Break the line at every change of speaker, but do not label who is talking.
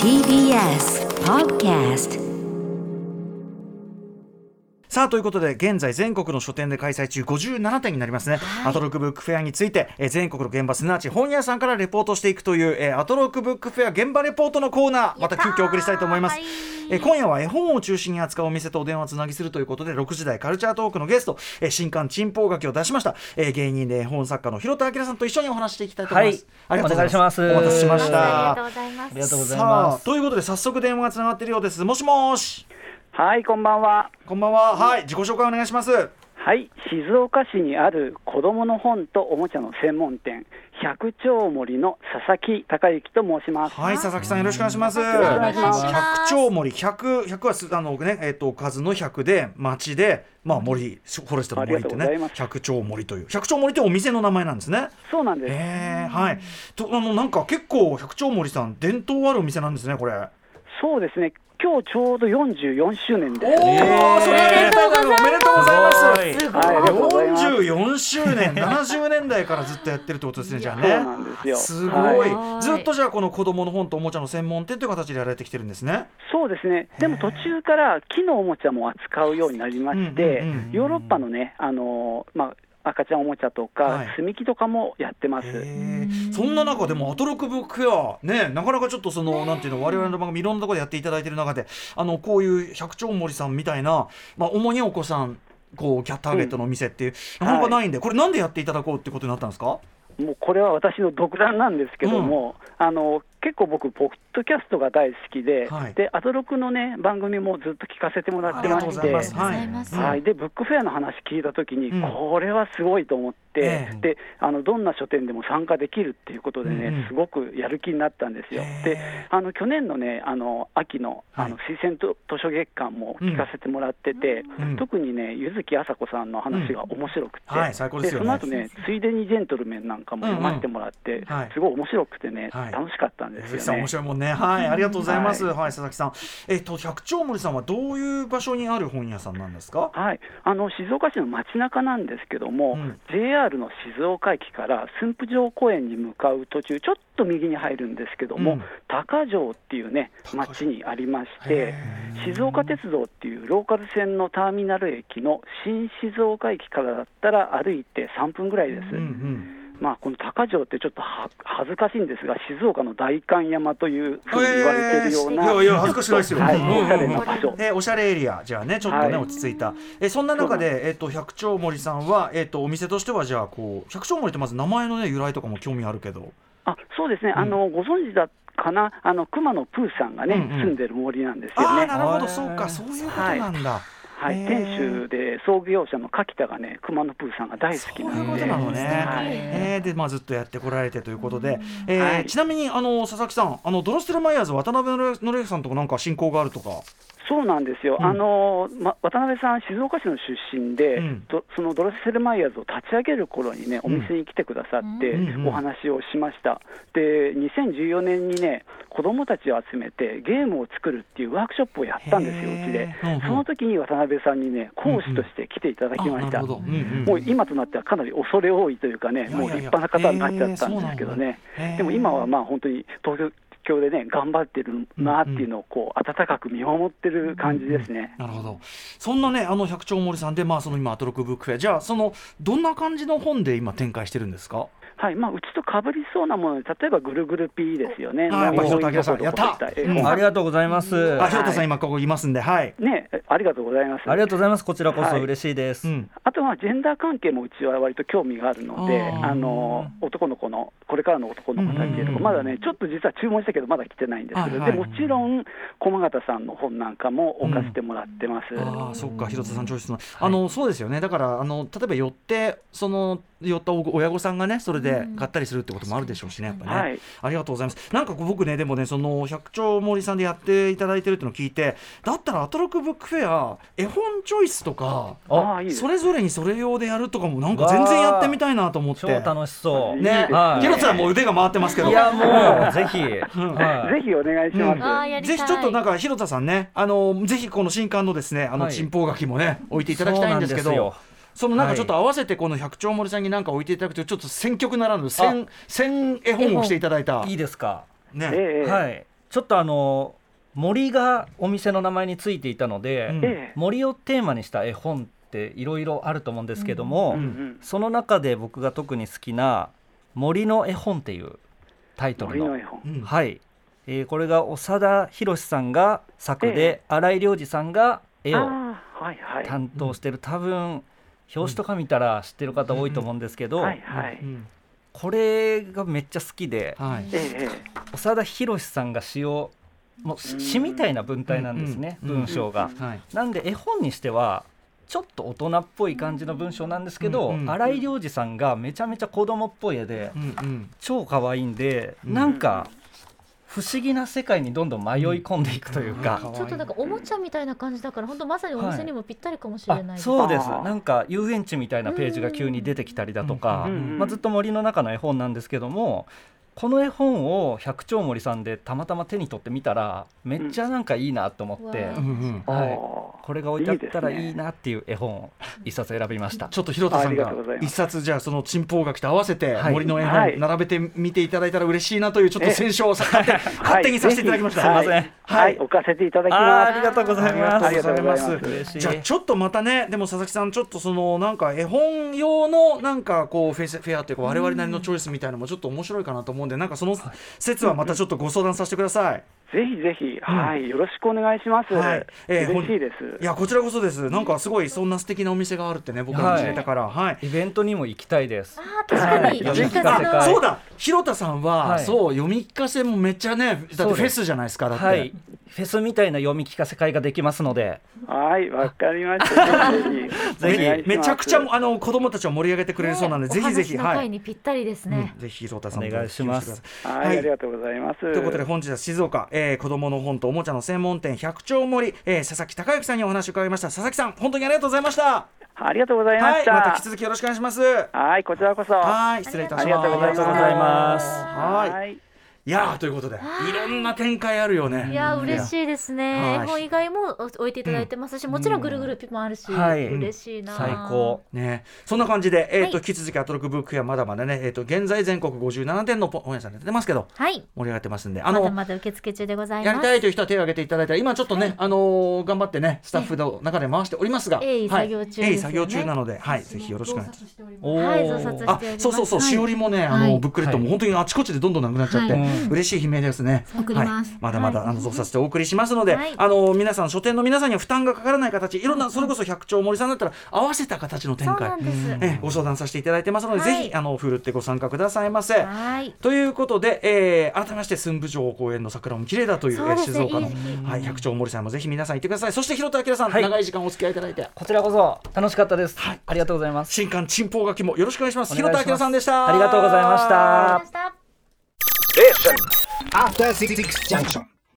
TBS Podcast
さあということで現在全国の書店で開催中57店になりますね、アトロックブックフェアについて、えー全国の現場すなわち本屋さんからレポートしていくという、えーアトロックブックフェア現場レポートのコーナーまた急遽お送りしたいと思います、えー今夜は絵本を中心に扱うお店とお電話つなぎするということで6時台カルチャートークのゲスト、えー新刊チンポウガキを出しました、えー芸人で絵本作家の広田明さんと一緒にお話していきたいと思います、
はい
ありがとうございます
お
お待
願
た
い
せし
し
ま
ま
し
す
た
ありがとうございま
ありが
す。
とうござい
さ
ま
あ
す。
ということで早速電話がつながっているようですもしもし
はい、こんばんは。
こんばんははい自己紹介お願いします
はい、静岡市にある子供の本とおもちゃの専門店、百丁森の佐々木隆之と申します。
はい、佐々木さんよろしくお願いします。
よろしくお願いします
百丁森百百はすあのねえっ、と数の百で町でまあ森フォレストの森って
ありがとうござい
ね
ます
百丁森という百丁森ってお店の名前なんですね。
そうなんです。
えー、はい。とあのなんか結構百丁森さん伝統あるお店なんですねこれ。
そうですね。今日ちょうど44周年で。
おお、それでとうございます。おめでとうございます。
はい、ありがとうございます。
44周年、70年代からずっとやってるってことですね、じゃあ
そうな
ね。
んですよ。
すご
はい
は。い
ずっとじゃあこの子供の本とおもちゃの専門店という形でやられてきてるんですね。
そうですね、でも途中から木のおもちゃも扱うようになりまして
うんうんうんうん、
ヨーロッパのね、あのーまあ、赤ちゃんおもちゃとか、
はい
積み木とかもやってます。
へーそんな中でもアトロックブックフェアねなかなかちょっとそのなんていうの我々の番組いろんなところでやっていただいてる中であのこういう百丁森さんみたいなまあ主にお子さんこうキャターゲットのお店っていう、
うん
なかなかないんで、これなんでやっていただこうってことになったんですか
もうこれは私の独断なんですけども、あの結構僕、ポッドキャストが大好きで、
はい
でアトロクの、ね、番組もずっと聞かせてもら
あり
って
が
ま
とうご
し
ざい
て、
ます。
あ
はい
りがとうございます
はい、でブックフェアの話聞いたときに、
うん
これはすごいと思って、
ええ
であの、どんな書店でも参加できるっていうことでね、
うんうん
すごくやる気になったんですよ。で
え
あの去年のね、あの秋の
はい
あの推薦と図書月間も聞かせてもらってて、
うん
特にね、柚木あさこさんの話が面白くて、
うんはい最高ですよね
その後ね、ついでにジェントルメンなんかも読ませてもらって、
んはい
すごい面白くてね、
はい
楽しかったん
ー
で
鈴木
す
さ
よ
ん
ね
面。白いもんねはいありがとうございます、
は
はい佐々木さんえっと百丁森さんはどういう場所にある本屋さんなんですか
はい、あの静岡市の街中なんですけども、
うん
JR の静岡駅から駿府城公園に向かう途中、ちょっと右に入るんですけども、
うん
高城っていうね、街にありまして、静岡鉄道っていうローカル線のターミナル駅の新静岡駅からだったら歩いて3分ぐらいです。
うんうん
まあ、この高城ってちょっとは恥ずかしいんですが、静岡の代官山というふうに言われてるような、
えーいやいや恥ずかしくないですよ
はい、
うんうんうん
おしゃれな場所。
えーおしゃれエリアじゃあねちょっとね、
はい
落ち着いたえーそんな中
そう
で、えー、と百丁森さんは、えー、とお店としてはじゃあこう百丁森ってまず名前のね由来とかも興味あるけど
あそうですね、
うん
あのご存知だかな、あの熊野プーさんがね、
うんうん
住んでる森なんです
あ
よ
あ
ね。
なるほど
へー
そうかそういうことなんだ、
はい、
へー
店主で創業者の柿田がね、熊野プーさんが大好きな
そういう
の
こと
で。
なのね、
はい
えーで、まあ、ずっとやってこられてということで、えー
はい
ちなみにあの佐々木さんあのドロステルマイヤーズ渡辺則之さんとかなんか親交があるとか
そうなんですよ、
うん
あのま、渡辺さん、静岡市の出身で、
うん
どそのドロセルマイヤーズを立ち上げる頃にね、お店に来てくださって、
うんうん
お話をしました、で2014年にね、子供たちを集めて、ゲームを作るっていうワークショップをやったんですよ、
へー
うちで、
うんうん
その時に渡辺さんにね、講師として来ていただきま
あ
し
な
た。
るほど、うんうん
もう今となってはかなり恐れ多いというかね、
やいやいや
もう立派な方になっちゃったんですけどね
へーそうなんだへー、
でも今はまあ本当に東京でね、頑張ってるなっていうのをこう温かく見守ってる感じですね。
なるほどそんなねあの百丁森さんで、まあ、その今アトロックブックフェアじゃあそのどんな感じの本で今展開してるんですか
はいまあ、うちとかぶりそうなもので、例えばぐるぐるピーですよね、
あー
もう
やっぱり
こういうとこ
やった
どこどこ行え
うん
え
ありがとうございます。
あ、ひろたさん今ここいますんで、はい。
ね、ありがとうございます。
ありがとうございます。こちらこそ
はい
嬉しいです。
うん。
あとはジェンダー関係もうちは割と興味があるので、
あ
あ
ー
の男の子の、これからの男の子たち
うんうんう
と
ん
か、まだね、ちょっと実は注文したけど、まだ来てないんですけど、
はい
で
はい
もちろん、駒形さんの本なんかも置かせてもらってます。
ああ、そっか、ひろたさん調子の、あの、そうですよね。だから、あの、例えば寄って、その、寄ったお親御さんがね、それで買ったりするってこともあるでしょうしね、やっぱね。
はい
ありがとうございます。なんかこう僕ね、でもね、その百丁森さんでやっていただいてるっていうのを聞いて、だったらアトロックブックフェア、絵本チョイスとか。
ああ、いいです
それぞれにそれ用でやるとかも、なんか全然やってみたいなと思って。
超楽しそう。
いい
ね
です、
はい
ひろたさんもう腕が回ってますけど。
いやもうぜひ。は
ぜひお願いします。
うん
あーやりた
ぜ
い
ひちょっとなんか広田さんね、あのぜひこの新刊のですね、あの
はい
珍宝書きもね置いて
い
いただきたいんですけ
そうなん
ど
で。
そのなんかちょっと合わせてこの百丁森さんになんか置いていただくというちょっと選曲ならぬ選選絵本をしていただいた
すよいいですか。
ね
ええ
はい、ちょっとあの森がお店の名前についていたので、
うん
ええ
森をテーマにした絵本っていろいろあると思うんですけど
う
も、
うんん
その中で僕が特に好きな「森の絵本」っていうタイ
うん、
トル
森
の
の絵本、
うん
はい、えーこれが長田博さんが作で、荒井良二さんが絵を
ああはいはい
担当してる多分表紙とか見たら知ってる方多いと思うんですけど、
はいはい、
うん
これがめっちゃ好きで
はい
ええええ
長田博さんが詩をもう
うん
詩みたいな文体なんですね、
うんうん
文章が。
うん
はい
なんで絵本にしてはちょっと大人っぽい感じの文章なんですけど、
うんうん
荒井良二さんがめちゃめちゃ子供っぽい絵で、
うんうん
超可愛いんで、
うん
なんか不思議な世界にどんどん迷い込んでいくというか、
うん
ちょっとなんかおもちゃみたいな感じだから本当まさにお店にもぴったりかもしれない
あ
です、
そうです
あー
なんか遊園地みたいなページが急に出てきたりだとか、
うんうん
まあ、ずっと森の中の絵本なんですけどもこの絵本を百鳥森さんでたまたま手に取ってみたらめっちゃなんかいいなと思って、
うんう
うんうん
あ
はい、
あ
これが置いてあったら
いいですね
いいなっていう絵本を一冊選びました。
ちょっと広田さん
ありが
が
とうございます
一冊じゃあその珍宝学と合わせて
はい
森の絵
はい
本並べてみていただいたら嬉しいなというちょっと
え
選書をさ勝手に勝手にさせていただきました。
は
すいません
は、
はいい
置かせていただき
あーあ
ま
りがとうございます。
ありがとうございます
嬉しい
じゃあちょっとまたねでも佐々木さんちょっとそのなんか絵本用のなんかこうフェスフェアというか我々なりのチョイスみたいなのもちょっと面白いかなと思うんでなんかその説はまたちょっとご相談させてください。
す。ぜひぜひ、はい、よろしくお願いします。
はいえー
嬉しいで
い
す。
やこちらこそですなんかすごいそんな素敵なお店があるってね僕は知れたからはい。
イベントにも行きたいです
あ。ー確かに
はい
いい
読み聞か
感
せ
じ
会
の
あそうだ広田さんは、
はい
そう読み聞かせもめっちゃねだ
そ
っ
う
て
です
フェスじゃないですかだって、
はい、フェスみたいな読み聞かせ会ができますので、
はい、わかりました。ぜひぜひお願いします。
めめちゃくちゃあの子供たちを盛り上げてくれるそうなんで、
ね
ぜひぜひ
お話の
は
会
い、
にぴったりですね
う、んぜひ広田さんと
お願いします
はい、ありがとうございます。と
ということで本日は静岡、えー、子供の本とおもちゃの専門店百鳥森、えー、佐々木孝之さんにお話を伺いました佐々木さん本当にありがとうございました
ありがとうございま
は
し
いまた引
た
き。続きよろしくお願いします
はい、こちらこそ。あ
はい失礼いたします
りがとうございま
あり
す。
がとうございます
はい
はい。
いやーということでいろんな展開あるよね
いやー嬉しいですね、
はい
絵本以外も置いていただいてますし、もちろんぐるぐるピもあるし、
はい
嬉しいな
最高。
ね、そんな感じで、えーと
はい
引き続きアトロックブックやまだまだね、えー、と現在全国57店のポ本屋さんでやってますけど
はい
盛り上がってますんであ
ま
の、
だまだ受付中でござい
や
ま
り
す
たいという人は手を挙げていただいたら今ちょっとね、あのー頑張ってねスタッフの中で回しておりますが、
鋭意
はい
作業中ですよね
鋭意作業中なので、はい、ぜひよろしくお願いします。
お
はい増刷
あ
しております
そうそうそう、
はい
しおりもね、あ
は
の
い
ブックレットも本当にあちこちでどんどんなくなっちゃって、
はい
うん嬉しい悲鳴ですね。
送ります
はい、まだまだ、
はい
あの増刷してお送りしますので、
はい
あの皆さん書店の皆さんには負担がかからない形、いろんなそれこそ百鳥森さんだったら合わせた形の
そ
展
うな
開
ん、です、
ええご相談させていただいてますので、
はい
ぜひあのふるってご参加くださいませ。
はい
ということで、えー、改めまして寸部城公園の桜も綺麗だという
そうですね
静岡の
いい時期
はい、百鳥森さんもぜひ皆さん行ってくださいそして広田明さん、
はい
長い時間お付き合いいただいて
こちらこそ楽しかったです。ありがとうございます。
新刊珍宝書きもよろしくお願いします
お願いしま
広
す
田明さんでした
ありがとうございました
ありがとうございました
After Six Junction.